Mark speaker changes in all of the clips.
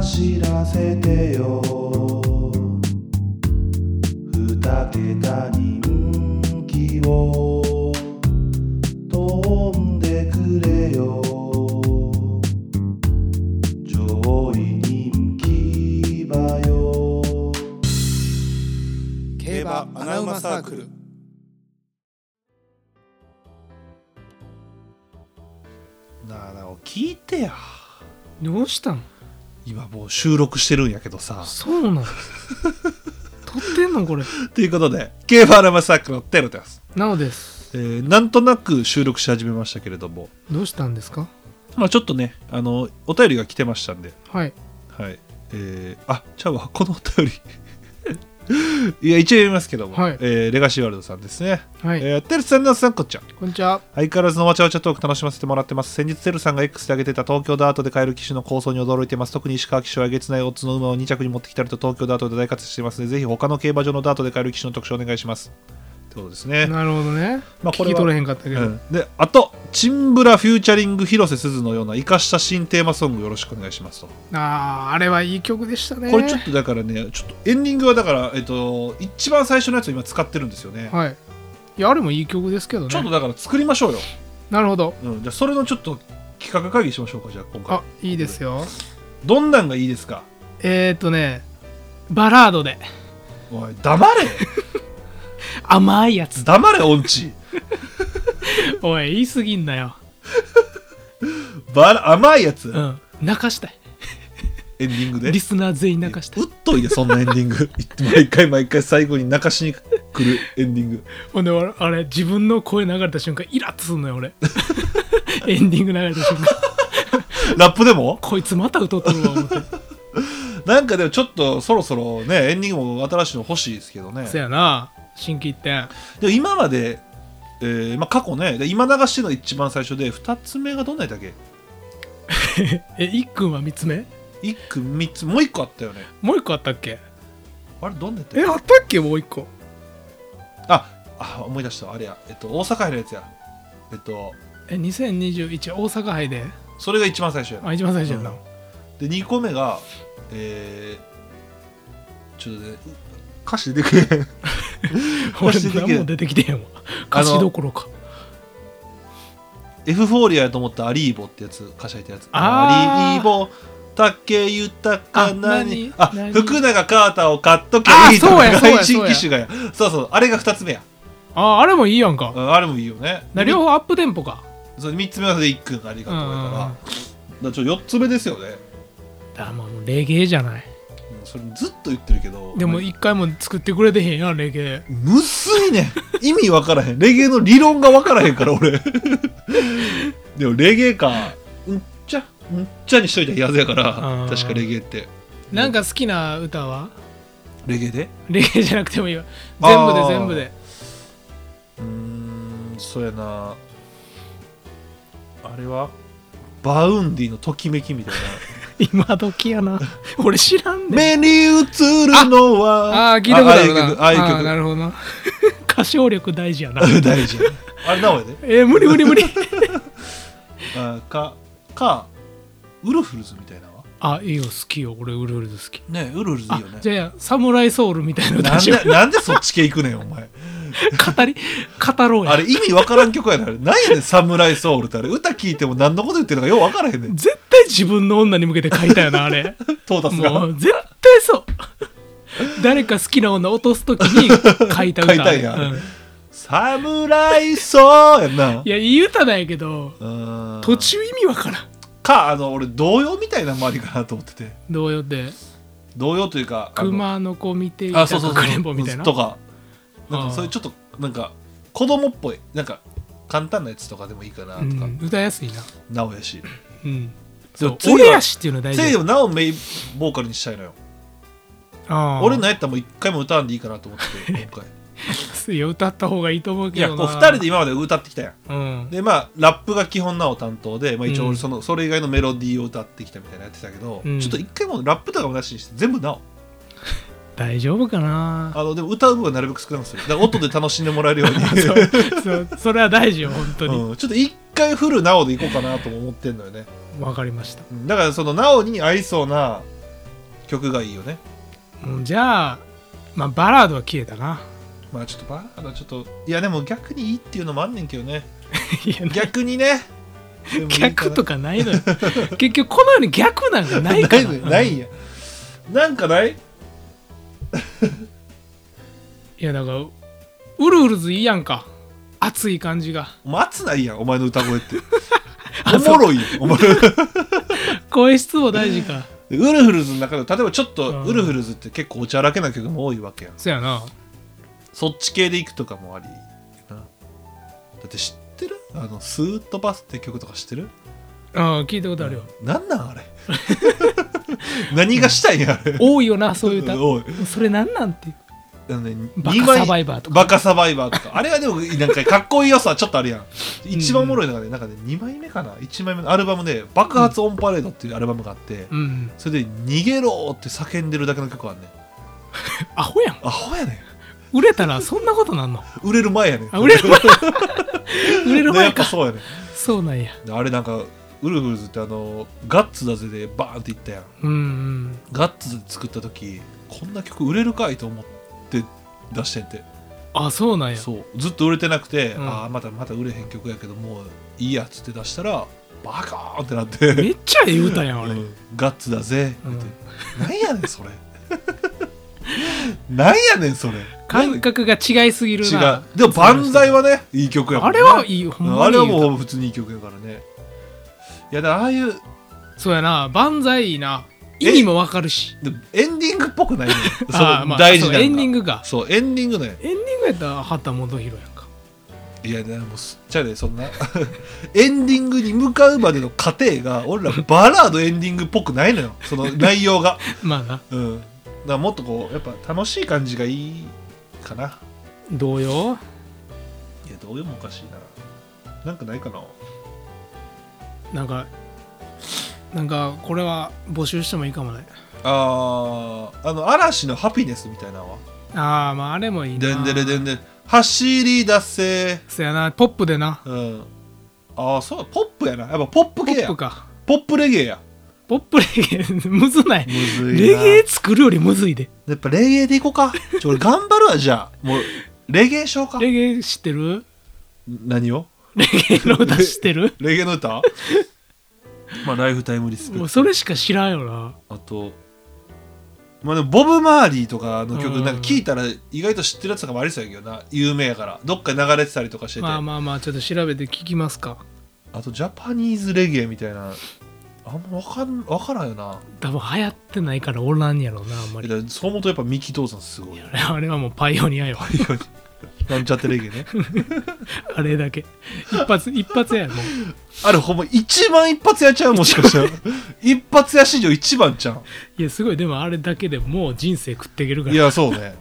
Speaker 1: 走らせてよ二桁人気を飛んでくれよ上位人気馬よ
Speaker 2: 競馬アナウマサークル
Speaker 1: なあなあ聞いてや
Speaker 3: どうしたん
Speaker 1: 今もう収録してるんやけどさ
Speaker 3: そう なの撮ってんのこれ
Speaker 1: ということで競馬アナマサークルのテロです、
Speaker 3: なおです
Speaker 1: えーなんとなく収録し始めましたけれども
Speaker 3: どうしたんですか
Speaker 1: まあちょっとねあのお便りが来てましたんで
Speaker 3: はい
Speaker 1: はい。えー、あ、ちゃうわ、 このお便り。い や、一応読みますけども、
Speaker 3: はい
Speaker 1: えーレガシーワールドさんですね。
Speaker 3: はい、
Speaker 1: えー、てるさんのさんこっちゃん。
Speaker 3: こんにちは
Speaker 1: 相変わらずのわちゃわちゃトーク楽しませてもらってます。先日テルさんが X で上げてた東京ダートで買える機種の構想に驚いてます。特に石川騎手はえげつないオッズの馬を2着に持ってきたりと東京ダートで大活躍してますので、ぜひ他の競馬場のダートで買える機種の特集お願いします。ってことですね。
Speaker 3: なるほどね、
Speaker 1: まあこれ
Speaker 3: 聞
Speaker 1: は
Speaker 3: き取れへんかったけ
Speaker 1: う
Speaker 3: ど、
Speaker 1: ん、であと、チンブラフューチャリング広瀬すずのような生かした新テーマソングよろしくお願いしますと。
Speaker 3: あーあれはいい曲でしたね
Speaker 1: これちょっとだからねちょっとエンディングはだから、えっと、一番最初のやつを今使ってるんですよね、
Speaker 3: はいいやあれもいい曲ですけどね
Speaker 1: ちょっとだから作りましょうよ、
Speaker 3: なるほど
Speaker 1: うん、じゃあそれのちょっと企画会議しましょうかじゃあ今回
Speaker 3: あいいですよ
Speaker 1: どんなんがいいですか
Speaker 3: えー、っとねバラードで
Speaker 1: おい黙れ
Speaker 3: 甘いやつ
Speaker 1: 黙れ音痴
Speaker 3: おい言い過ぎんなよ
Speaker 1: バラ甘いやつ、
Speaker 3: うん泣かしたい
Speaker 1: エンディングで
Speaker 3: リスナー全員泣かした
Speaker 1: う
Speaker 3: い
Speaker 1: っといでそんなエンディング言って毎回毎回最後に泣かしに来るエンディング
Speaker 3: ほんで俺あれ自分の声流れた瞬間イラッとすんのよ俺 エンディング流れた瞬間
Speaker 1: ラップでも
Speaker 3: こいつまた歌うとるわ思って
Speaker 1: なんかでもちょっとそろそろねエンディングも新しいの欲しいですけどね
Speaker 3: そやな新規一点
Speaker 1: で今まで、えーまあ、過去ねで今流してるの一番最初で2つ目がどんなやったっけ
Speaker 3: えいっくんは3つ目
Speaker 1: 一句三つもう一個あったよね
Speaker 3: もう1個あったっけ
Speaker 1: あれどんなやった
Speaker 3: え
Speaker 1: っけ
Speaker 3: あったっけもう1個
Speaker 1: ああ思い出したあれや、えっと、大阪杯のやつやえっと
Speaker 3: え2021大阪杯で
Speaker 1: それが一番最初やな
Speaker 3: あ一番最初やな、
Speaker 1: うんで2個目がえー、ちょっとねう歌詞出てくれへん
Speaker 3: 俺
Speaker 1: 出てけ
Speaker 3: 何も出てきてへんわ歌詞どころか
Speaker 1: エフフォーリアやと思ったアリーボってやつ歌詞入ったやつ
Speaker 3: あー
Speaker 1: アリーボ竹豊かなにあ
Speaker 3: あ何何
Speaker 1: 福永カーターを買っとけ
Speaker 3: あー
Speaker 1: いいとか
Speaker 3: そうやそうや
Speaker 1: 外人機種がやそうそうあれが2つ目や
Speaker 3: ああれもいいやんか、
Speaker 1: うんあれもいいよね
Speaker 3: な両方アップテンポか
Speaker 1: それ3つ目はで一君ありがとうやから,、だからちょ4つ目ですよね
Speaker 3: だからもうレゲエじゃない
Speaker 1: もうそれずっと言ってるけど
Speaker 3: でも一回も作ってくれてへんやんレゲエ
Speaker 1: むずいねん意味わからへんレゲエの理論がわからへんから俺 でもレゲエかうんっちゃうんっちゃにしといたらやつやから
Speaker 3: あー
Speaker 1: 確かレゲエって
Speaker 3: なんか好きな歌は
Speaker 1: レゲエで
Speaker 3: レゲエじゃなくてもいいわ全部
Speaker 1: あー
Speaker 3: で全部で
Speaker 1: うーんそうやなあれはバウンディのときめきみたいな
Speaker 3: 今時やな俺知ら んねん
Speaker 1: 目に映るのは
Speaker 3: ああ、聞いたことあるな。
Speaker 1: ああいう曲ああいう曲
Speaker 3: なるほどな。歌唱力大事やな。
Speaker 1: 大事やねあれ名古屋で
Speaker 3: えー、無理無理無理。
Speaker 1: あかかウルフルズみたいなのは
Speaker 3: あ、いいよ、好きよ。俺、ウルフルズ好き。
Speaker 1: ねウルフルズいい
Speaker 3: あ
Speaker 1: よね
Speaker 3: じゃあ、サムライソウルみたい
Speaker 1: な
Speaker 3: な歌
Speaker 1: ん
Speaker 3: しよう
Speaker 1: でなんでそっち系行くねんお前
Speaker 3: 語り、語ろうや。
Speaker 1: あれ意味わからん曲やなあれ何やねん「サムライソウル」ってあれ歌聞いても何のこと言ってるのかようわからへんね ん
Speaker 3: 絶対自分の女に向けて書いたよな、あ れ。
Speaker 1: トータス
Speaker 3: も
Speaker 1: が
Speaker 3: う、絶対そう。誰か好きな女落とすときに書いた
Speaker 1: 書
Speaker 3: 歌。
Speaker 1: いたんや
Speaker 3: うん
Speaker 1: 「サムライソウル」やんない
Speaker 3: や、いい歌なんやけど、
Speaker 1: うーん
Speaker 3: 途中意味わからん。
Speaker 1: かあの俺童謡みたいなのもありかなと思ってて
Speaker 3: どうよって、
Speaker 1: 童謡というかあの
Speaker 3: 熊の子見ていた
Speaker 1: あそうそう
Speaker 3: か
Speaker 1: そう
Speaker 3: くれんぼみたいな。
Speaker 1: とかなん
Speaker 3: あ
Speaker 1: か
Speaker 3: ー
Speaker 1: そういうちょっとなんか子供っぽいなんか簡単なやつとかでもいいかなと
Speaker 3: う
Speaker 1: か、
Speaker 3: ん、歌いやすいな。
Speaker 1: なおやし
Speaker 3: うん。
Speaker 1: で
Speaker 3: そ
Speaker 1: も
Speaker 3: う、
Speaker 1: 次は
Speaker 3: 俺やしっていうの大
Speaker 1: せい
Speaker 3: 事
Speaker 1: で
Speaker 3: よ。
Speaker 1: もなおメインボーカルにしたいのよ
Speaker 3: あー
Speaker 1: 俺のやったらもう一回も歌わんでいいかなと思ってて 今回
Speaker 3: いや歌った方がいいと思う
Speaker 1: い
Speaker 3: け
Speaker 1: や
Speaker 3: ど
Speaker 1: こう
Speaker 3: な。
Speaker 1: 2人で今まで歌ってきたやん
Speaker 3: うん。
Speaker 1: でまあラップが基本なお担当で、まあ、一応
Speaker 3: う
Speaker 1: 俺
Speaker 3: ん
Speaker 1: その、それ以外のメロディーを歌ってきたみたいなやってたけど、
Speaker 3: うん
Speaker 1: ちょっと一回もうラップとかもなしにして全部なお
Speaker 3: 大丈夫かな。
Speaker 1: あのでも歌う分はなるべく少なくするだから音で楽しんでもらえる ように、
Speaker 3: そうそれは大事よ本当に。
Speaker 1: うん、ちょっと一回フルなおでいこうかなとも思ってんのよね
Speaker 3: わかりました。
Speaker 1: うんだからそのなおに合いそうな曲がいいよね
Speaker 3: うんじゃあまあバラードは消えたな
Speaker 1: まあちょっとバラードちょっといやでも逆にいいっていうのもあんねんけどね
Speaker 3: いや
Speaker 1: 逆にね
Speaker 3: 逆と
Speaker 1: か
Speaker 3: かないのよ結局このように逆なんかないから
Speaker 1: ないのよないんやなんかない
Speaker 3: いやだからウルウルズいいやんか熱い感じが
Speaker 1: 待つないやんお前の歌声って
Speaker 3: あ
Speaker 1: おもろいよお前
Speaker 3: 声質も大事か
Speaker 1: ウルフルズの中でも例えばちょっ
Speaker 3: うん
Speaker 1: とウルフルズって結構おちゃらけな曲も多いわけやん
Speaker 3: そやな
Speaker 1: そっち系で行くとかもありなだって知ってるあのスーッとバスって曲とか知ってる
Speaker 3: ああ聞いたことあるよ
Speaker 1: なんなん あれ何がしたいんやあれ
Speaker 3: 多いよなそういう歌
Speaker 1: おい
Speaker 3: それなんなんていう
Speaker 1: あのね
Speaker 3: バカサバイバーとか
Speaker 1: バカサバイバーとかあれはでもなんかかっこいいよさちょっとあるやん一番おもろいのがねなんかね2枚目かな1枚目のアルバムで「爆発オンパレード」っていうアルバムがあって、
Speaker 3: うん
Speaker 1: それで「逃げろ!」って叫んでるだけの曲はねん
Speaker 3: アホやん
Speaker 1: アホやね
Speaker 3: 売れたらそんなこ となんの
Speaker 1: ん売れる前やねん
Speaker 3: あ売れ る前売れる
Speaker 1: ねや
Speaker 3: 前
Speaker 1: っぱ
Speaker 3: か
Speaker 1: そうやね
Speaker 3: そうなんや
Speaker 1: んあれなんかウルフルズってあの「ガッツだぜ」でバーンっていったやん
Speaker 3: うんうん
Speaker 1: ガッツで作った時こんな曲売れるかいと思って出してんて
Speaker 3: あそうなんや
Speaker 1: そうずっと売れてなくて、
Speaker 3: うん
Speaker 1: ああまだまだ売れへん曲やけどもういいやっつって出したらバカーンってなって
Speaker 3: めっちゃええ歌やんあれ、
Speaker 1: うんガッツだぜ、
Speaker 3: うん
Speaker 1: なんやねんそれ なんやねんそれ
Speaker 3: 感覚が違いすぎる
Speaker 1: 違
Speaker 3: な
Speaker 1: うでも万歳はねいい曲やも
Speaker 3: あ
Speaker 1: んね
Speaker 3: れはいいほんまにいい
Speaker 1: あれはもう普通にいい曲やからねいやだからああいう
Speaker 3: そうやな万歳いいな意味もわかるし
Speaker 1: でもエンディングっぽくないねそ
Speaker 3: あ
Speaker 1: の
Speaker 3: ーまあ
Speaker 1: 大事なの
Speaker 3: そう
Speaker 1: が
Speaker 3: エンディングか
Speaker 1: そうエンディングね
Speaker 3: エンディングやったら畑元博やんか
Speaker 1: いやでもすじゃあねそんな エンディングに向かうまでの過程が俺らバラードエンディングっぽくないのよその内容 が
Speaker 3: まあな
Speaker 1: うんだからもっとこうやっぱ楽しい感じがいいかな
Speaker 3: 同
Speaker 1: い
Speaker 3: 様
Speaker 1: やどういうもおかしいななんかないかな
Speaker 3: なんかなんかこれは募集してもいいかもね
Speaker 1: あーあの嵐の「ハピネス」みたいなのは
Speaker 3: ああまああれもいいな
Speaker 1: でんでれでんでん走り出せ
Speaker 3: そうやなポップでな
Speaker 1: うんああそうポップやなやっぱポップ
Speaker 3: ポ
Speaker 1: 系
Speaker 3: ッ
Speaker 1: や
Speaker 3: プか
Speaker 1: ポップレゲエや
Speaker 3: ポップレゲエむずない
Speaker 1: むず
Speaker 3: レゲエ作るよりむずいで
Speaker 1: やっぱレゲエでいこうかちょ俺頑張るわじゃあもうレゲエしようか
Speaker 3: レゲエ知ってる
Speaker 1: 何を
Speaker 3: レゲエの歌知っ てる
Speaker 1: レゲエの歌まあライフタイムリスペ
Speaker 3: もう
Speaker 1: ク
Speaker 3: それしか知らんよな
Speaker 1: トあとまあでもボブ・マーリーとかの曲
Speaker 3: うん
Speaker 1: なんか聞いたら意外と知ってるやつとかもありそうやけどな有名やからどっかに流れてたりとかしてて、
Speaker 3: まあまあまあちょっと調べて聞きますか
Speaker 1: あとジャパニーズレゲエみたいなあんま分かん分からんよな
Speaker 3: 多分流行ってないからおらんやろうなあんま
Speaker 1: え
Speaker 3: り
Speaker 1: だからそう思うとやっぱミキ父さんすごいよね
Speaker 3: あれはもうパイオニアよ
Speaker 1: なんちゃってレゲエね
Speaker 3: あれだけ一発一発やもう
Speaker 1: あれほんま一番一発屋ちゃうもしか したら一発屋史上一番ちゃう
Speaker 3: いやすごいでもあれだけでもう人生食っていけるか
Speaker 1: い
Speaker 3: ら
Speaker 1: やそうね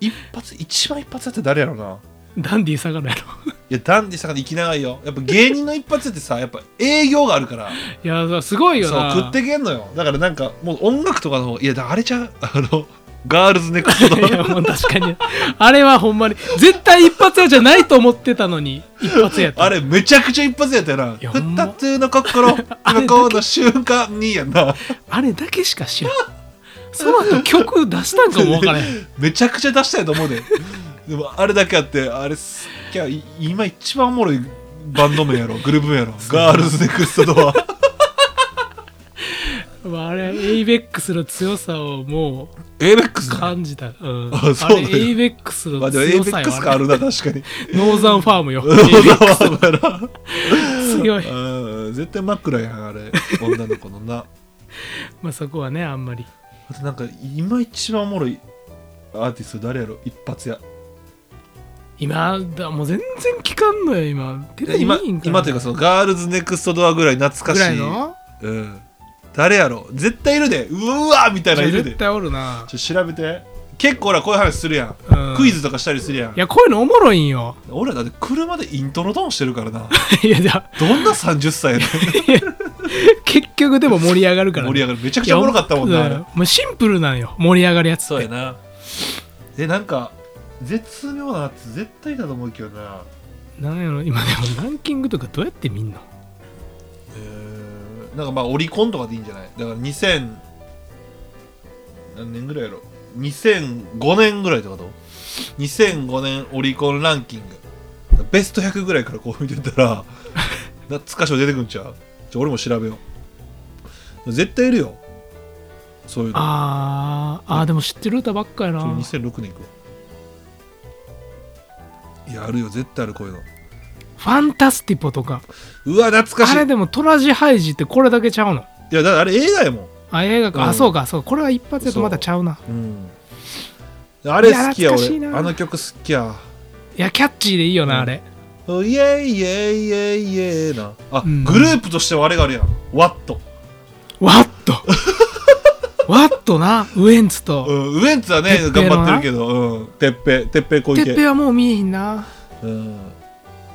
Speaker 1: 一発一番一発屋って誰やろうな
Speaker 3: ダンディー下がるやろ
Speaker 1: いやダンディさんが生き長いよやっぱ芸人の一発屋ってさやっぱ営業があるから
Speaker 3: いやそうすごいよ
Speaker 1: そう
Speaker 3: な
Speaker 1: 食ってけんのよだからなんかもう音楽とかの方いやだあれちゃうあのガールズネクスト
Speaker 3: いや
Speaker 1: の
Speaker 3: もう確かにあれはほんまに絶対一発屋じゃないと思ってたのに一発屋やった
Speaker 1: あれめちゃくちゃ一発やったよな。
Speaker 3: いやほんま
Speaker 1: 二つの心の顔の瞬間にやな。
Speaker 3: あれだけしか知らんその後曲出したんかもわからへん
Speaker 1: めちゃくちゃ出したいと思うで。でもあれだけあって、あれすっげえい今一番おもろいバンド名やろ、グループ名やろ。ガールズネクストドア。
Speaker 3: まああれエイベックスの強さをもう
Speaker 1: ABEX だね。
Speaker 3: 感じた、うん、
Speaker 1: あそうなんや
Speaker 3: れエイベックス
Speaker 1: ま
Speaker 3: の
Speaker 1: あでも
Speaker 3: 強さ
Speaker 1: ABEX
Speaker 3: よ
Speaker 1: かあるな、確かに。
Speaker 3: ノーザンファーム よエイベックス
Speaker 1: そうだな
Speaker 3: 強い
Speaker 1: うん絶対真っ暗やん、あれ。女の子のな。
Speaker 3: まあそこはねあんまり
Speaker 1: あとなんか今一番おもろいアーティスト誰やろ、一発や。
Speaker 3: 今だもう全然聞かんのよ今テレビ
Speaker 1: 今
Speaker 3: いいんかな
Speaker 1: 今というかそのガールズネクストドアぐらい懐かし
Speaker 3: ぐらい
Speaker 1: い
Speaker 3: の
Speaker 1: うん誰やろ絶対いるでうわーみたい
Speaker 3: じ
Speaker 1: な
Speaker 3: ゃ
Speaker 1: い
Speaker 3: あ
Speaker 1: るで
Speaker 3: 絶
Speaker 1: ちょ
Speaker 3: 対おるな
Speaker 1: っと調べて結構俺らこういう話するやん、
Speaker 3: うん
Speaker 1: クイズとかしたりするやん
Speaker 3: いやこういうのおもろいんよ
Speaker 1: 俺らだって車でイントロドンしてるからな
Speaker 3: いやじゃあ
Speaker 1: どんな30歳 やね
Speaker 3: 結局でも盛り上がるか
Speaker 1: ん
Speaker 3: ら
Speaker 1: 盛り上
Speaker 3: が
Speaker 1: がるめちゃくちゃおもろかったもんなあれ
Speaker 3: もうシンプルなんよ盛り上がるやつって
Speaker 1: そうやなえなんか絶妙なやつ絶対だと思うけどな
Speaker 3: なんやろ今でもランキングとかどうやって見んの
Speaker 1: えーなんかまあオリコンとかでいいんじゃないだから2000何年ぐらいやろ2005年ぐらいってこと2005年オリコンランキングベスト100ぐらいからこう見てたら懐かしいの出てくんちゃうちょ俺も調べよう絶対いるよそういうの
Speaker 3: あーあーでも知ってる歌ばっかやな
Speaker 1: ちょ2006年いくわいやあるよ絶対あるこういうの
Speaker 3: ファンタスティポとか
Speaker 1: うわ懐かし
Speaker 3: あ
Speaker 1: い
Speaker 3: れでもトラジハイジってこれだけちゃうの
Speaker 1: いやだってあれ映画やもん
Speaker 3: あ映画か、
Speaker 1: うん
Speaker 3: あそうかそうこれは一発やとまたちゃうな
Speaker 1: うんあれ好きや
Speaker 3: いや懐かしい
Speaker 1: 俺
Speaker 3: な
Speaker 1: あの曲好きや
Speaker 3: いやキャッチーでいいよ
Speaker 1: う
Speaker 3: な、
Speaker 1: ん
Speaker 3: あれ
Speaker 1: おイエイイエイイエイイエイなあ、
Speaker 3: うん
Speaker 1: グループとしてはあれがあるやんワット、
Speaker 3: ワットワットなウエンツ
Speaker 1: う
Speaker 3: と、
Speaker 1: ん、ウエンツはね
Speaker 3: てっぺ
Speaker 1: 頑
Speaker 3: いのな
Speaker 1: 張ってるけどうんてっぺいてっぺい小
Speaker 3: てっぺ
Speaker 1: 池
Speaker 3: いはもう見えへんな
Speaker 1: うん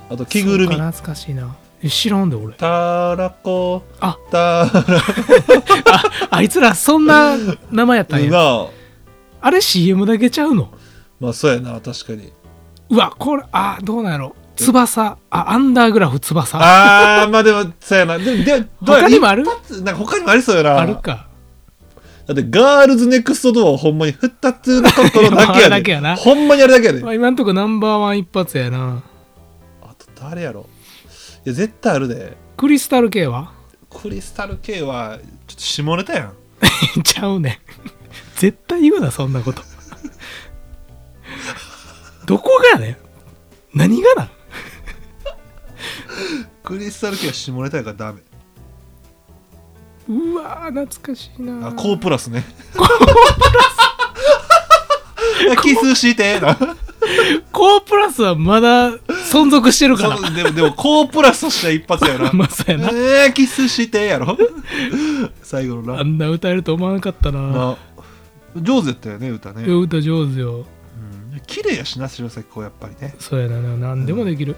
Speaker 1: あと着ぐるみ
Speaker 3: そうか懐かしいなえ知らんで俺
Speaker 1: たらこ
Speaker 3: あ
Speaker 1: たら
Speaker 3: あいつらそんな名前やったんや
Speaker 1: な
Speaker 3: あれ CM だけちゃうの
Speaker 1: まあそうやな確かに
Speaker 3: うわこれあどうなんやろ翼あアンダーグラフ翼
Speaker 1: あーまあでもそうやなでもでどうや
Speaker 3: 他にもある
Speaker 1: 一発なんか他にもありそうやな
Speaker 3: あるか
Speaker 1: だってガールズネクストドアはほんまに2つのとこ ろだけ
Speaker 3: あれ
Speaker 1: や
Speaker 3: だけ
Speaker 1: で、
Speaker 3: やな
Speaker 1: ほんまにあれだけやで、
Speaker 3: まあ、今んとこナンバーワン一発やな
Speaker 1: あと誰やろいや絶対あるで
Speaker 3: クリスタル系は
Speaker 1: クリスタル系はちょっと下ネタやん
Speaker 3: ちゃうねん 絶対言うなそんなこと どこがねん何がなん
Speaker 1: クリスタル系は下ネタやからダメ
Speaker 3: うわー懐かしいな
Speaker 1: あ コープラスねコ ープラスキスしてな
Speaker 3: コープラスはまだ存続してる か
Speaker 1: そのでもでもコープラスとしては一発 やな
Speaker 3: ら まあそうやな
Speaker 1: えー、キスしてや ろ最後の
Speaker 3: あ
Speaker 1: ラ
Speaker 3: んな歌えると思わなかったな
Speaker 1: な上手やったよね歌
Speaker 3: い
Speaker 1: ね、
Speaker 3: や歌上手よ
Speaker 1: うん綺麗やしな白崎こうやっぱりね
Speaker 3: そうやな何でもできる、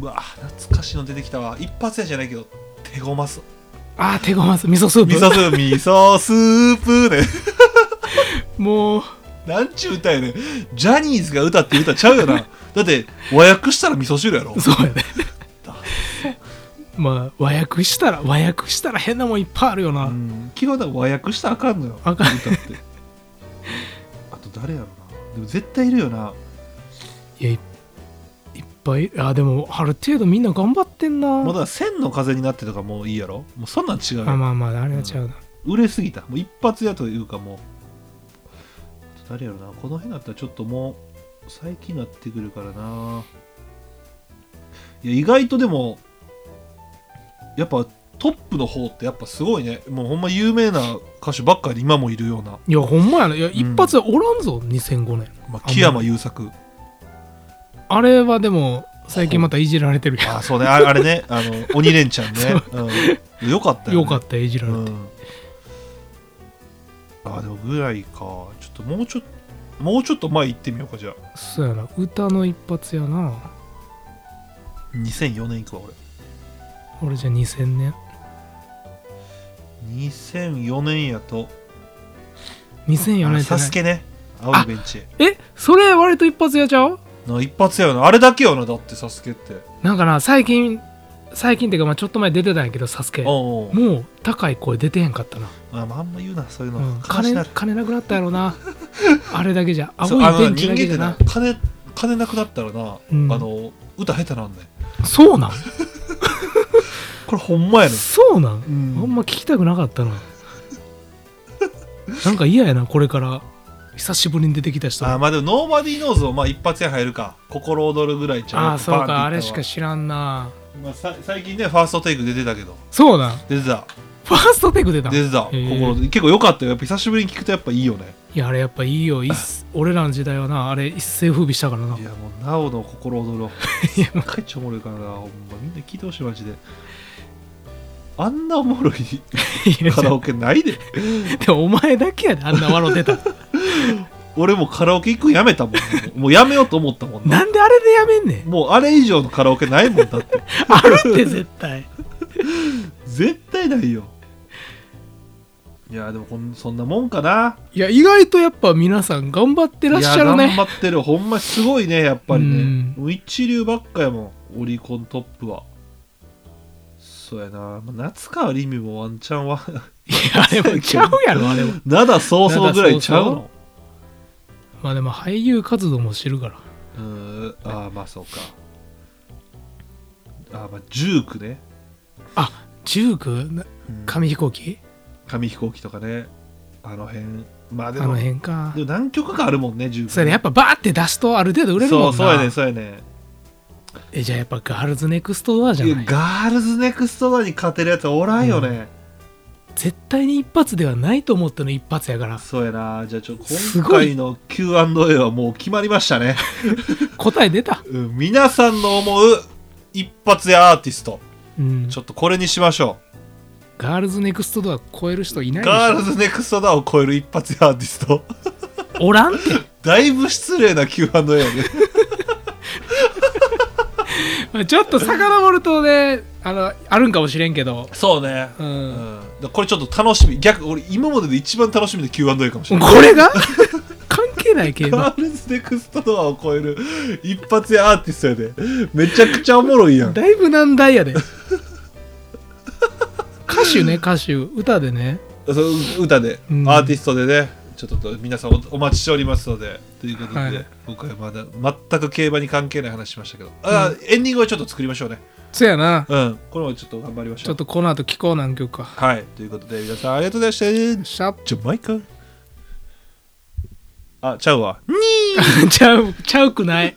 Speaker 1: うわ懐かしいの出てきたわ一発屋じゃないけど手ごます
Speaker 3: ああ手ごます味噌スープ
Speaker 1: 味噌スープ味噌スープね
Speaker 3: もう
Speaker 1: なんちゅう歌やねんジャニーズが歌ってる歌ちゃうよなだって和訳したら味噌汁 やろ
Speaker 3: そうやねまあ和訳したら和訳したら変なもんいっぱいあるよな、
Speaker 1: うん基本だから和訳したらあかんのよ
Speaker 3: あかん
Speaker 1: 歌ってあと誰やろなでも絶対いるよない
Speaker 3: やいいっぱいあでもある程度みんな頑張ってんな、
Speaker 1: もうだから「千の風になって」とかもういいやろもうそんなん違うよ
Speaker 3: あまあまああれは違うな、
Speaker 1: 売れすぎたもう一発やというかもう誰やろなこの辺だったらちょっともう最近なってくるからないや意外とでもやっぱトップの方ってやっぱすごいねもうほんま有名な歌手ばっかり今もいるようない
Speaker 3: やほんまやないや一発はおらんぞ、2005年、
Speaker 1: まあ、木山優作
Speaker 3: あれはでも最近またいじられてる
Speaker 1: あ
Speaker 3: や
Speaker 1: そうねああれねあ の鬼レンチャンね、うん、よかった
Speaker 3: ん
Speaker 1: よ、ね、
Speaker 3: よかったいじられて、
Speaker 1: うん、あでもぐらいかちょっともうちょっともうちょっと前行ってみようかじゃあ
Speaker 3: そうやな歌の一発やな
Speaker 1: 2004年行くわ俺
Speaker 3: 俺じゃ2000年
Speaker 1: 2004年やと
Speaker 3: 2004
Speaker 1: あ
Speaker 3: 年
Speaker 1: の
Speaker 3: じゃ
Speaker 1: サ
Speaker 3: な
Speaker 1: ス
Speaker 3: い
Speaker 1: ケね青いベンチ
Speaker 3: えそれ割と一発やちゃう
Speaker 1: な一発やよなあれだけよなだってサスケって
Speaker 3: なんかな最近最近っていうかまあちょっと前出てたんやけどサスケも
Speaker 1: おうおう
Speaker 3: う高い声出てへんかったな、
Speaker 1: あまああんま言うなそういうの、
Speaker 3: うん、
Speaker 1: 悲しな
Speaker 3: 金
Speaker 1: る
Speaker 3: 金なくなったや ろなあれだけじゃ青
Speaker 1: そうあ
Speaker 3: いベ
Speaker 1: の
Speaker 3: ンチ
Speaker 1: 人間
Speaker 3: だ
Speaker 1: っ
Speaker 3: けじ
Speaker 1: て
Speaker 3: ゃ
Speaker 1: な
Speaker 3: な
Speaker 1: 金金なくなったらな、
Speaker 3: うん
Speaker 1: あの歌下手なんね
Speaker 3: そうなん
Speaker 1: これほんまやね
Speaker 3: そうなん、
Speaker 1: ん、
Speaker 3: あんま聞きたくなかったな なんか嫌やなこれから久しぶりに出てきた人
Speaker 1: あ
Speaker 3: あ
Speaker 1: まあでもノーバディーノーズをまあ一発屋入るか心躍るぐらいちゃ
Speaker 3: あーそうかあれし
Speaker 1: し
Speaker 3: か
Speaker 1: か
Speaker 3: 知らんな
Speaker 1: まあ、さ最近ねファーストテイク出てたけど
Speaker 3: そうなん
Speaker 1: 出てた
Speaker 3: ファーストテイク出たん
Speaker 1: 出てた
Speaker 3: へー
Speaker 1: 心結構良かったよやっぱ久しぶりに聞くとやっぱいいよね
Speaker 3: いやあれやっぱいいよいっ 俺らの時代はなあれ一世風靡したからない
Speaker 1: やもうなおの心躍ろう
Speaker 3: いや
Speaker 1: 世界一おもろいからなほんまみんな聞いてほしいマジであんなおもろい
Speaker 3: いや
Speaker 1: カラオケない で
Speaker 3: でもお前だけやであんな笑ってた
Speaker 1: 俺もうカラオケ行くんやめたもんもうもうやめようと思ったもんな
Speaker 3: なんであれでやめんねん
Speaker 1: もうあれ以上のカラオケないもんだって
Speaker 3: あるって絶対
Speaker 1: 絶対ないよいやでもこんそんなもんかない
Speaker 3: や意外とやっぱ皆さん頑張ってらっしゃる
Speaker 1: いや
Speaker 3: ね
Speaker 1: 頑張ってるほんますごいねやっぱり
Speaker 3: う
Speaker 1: ね
Speaker 3: ん
Speaker 1: もう一流ばっかやもんオリコントップはそうやな、まあ、夏川りみもワンチャンは
Speaker 3: いやでもちゃうや ろあれは
Speaker 1: 灘そうそうぐらいちゃうの
Speaker 3: まあでも俳優活動もしてるから
Speaker 1: うーんああまあそうかあーまあ19ね、
Speaker 3: 19な
Speaker 1: うん
Speaker 3: 紙飛行機
Speaker 1: 紙飛行機とかねあの辺まあ
Speaker 3: あ
Speaker 1: で
Speaker 3: の
Speaker 1: も
Speaker 3: 辺か
Speaker 1: でも何曲かあるもんね19
Speaker 3: それやっぱバーって出すとある程度売れるもんな
Speaker 1: そうそうやねそうやね
Speaker 3: えじゃあやっぱガールズネクストドアじゃ
Speaker 1: いや
Speaker 3: ない
Speaker 1: ガールズネクストドアに勝てるやつはおらんよね、
Speaker 3: 絶対に一発ではないと思ったの一発やから
Speaker 1: そうやなじゃあちょ
Speaker 3: す
Speaker 1: 今
Speaker 3: ごい
Speaker 1: 回の Q&A はもう決まりましたね、
Speaker 3: 答え出た
Speaker 1: うん、皆さんの思う一発屋アーティスト
Speaker 3: うん
Speaker 1: ちょっとこれにしましょ
Speaker 3: ガールズネクストドア超える人いな
Speaker 1: う
Speaker 3: いでし
Speaker 1: ガール
Speaker 3: ょ
Speaker 1: ズネクストドアを超える一発屋アーティスト
Speaker 3: おらんって
Speaker 1: だいぶ失礼な Q&A やね
Speaker 3: ま あちょっと遡るとねあのあるんかもしれんけど
Speaker 1: そうね
Speaker 3: う、
Speaker 1: うんん、だこれちょっと楽しみ逆俺今までで一番楽しみな Q&A かもしれない
Speaker 3: これが 関係ない競馬
Speaker 1: ガールズネクストドアを超える一発屋アーティストやでめちゃくちゃおもろいやん
Speaker 3: だいぶ難題やで歌手ね歌手歌でね
Speaker 1: そう歌で、
Speaker 3: うん
Speaker 1: アーティストでねちょっと皆さんおお待ちしておりますのでということで、
Speaker 3: はい
Speaker 1: 今回まだ全く競馬に関係ない話しましたけど、あーエンディングをちょっと作りましょうね
Speaker 3: そやな
Speaker 1: うんこれもちょっと頑張りまし
Speaker 3: ち
Speaker 1: ょ
Speaker 3: ょ
Speaker 1: う
Speaker 3: っとこの後聞こう何曲か
Speaker 1: はいということで皆さんありがとうございました
Speaker 3: シャープ
Speaker 1: ジャマイカあちゃうわ
Speaker 3: ちゃうちゃうくない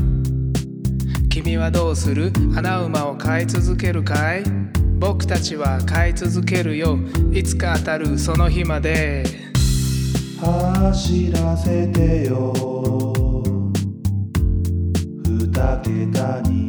Speaker 3: 君はどうする穴馬を飼い続けるかい僕たちは飼い続けるよいつか当たるその日まで
Speaker 2: 走らせてよ二桁に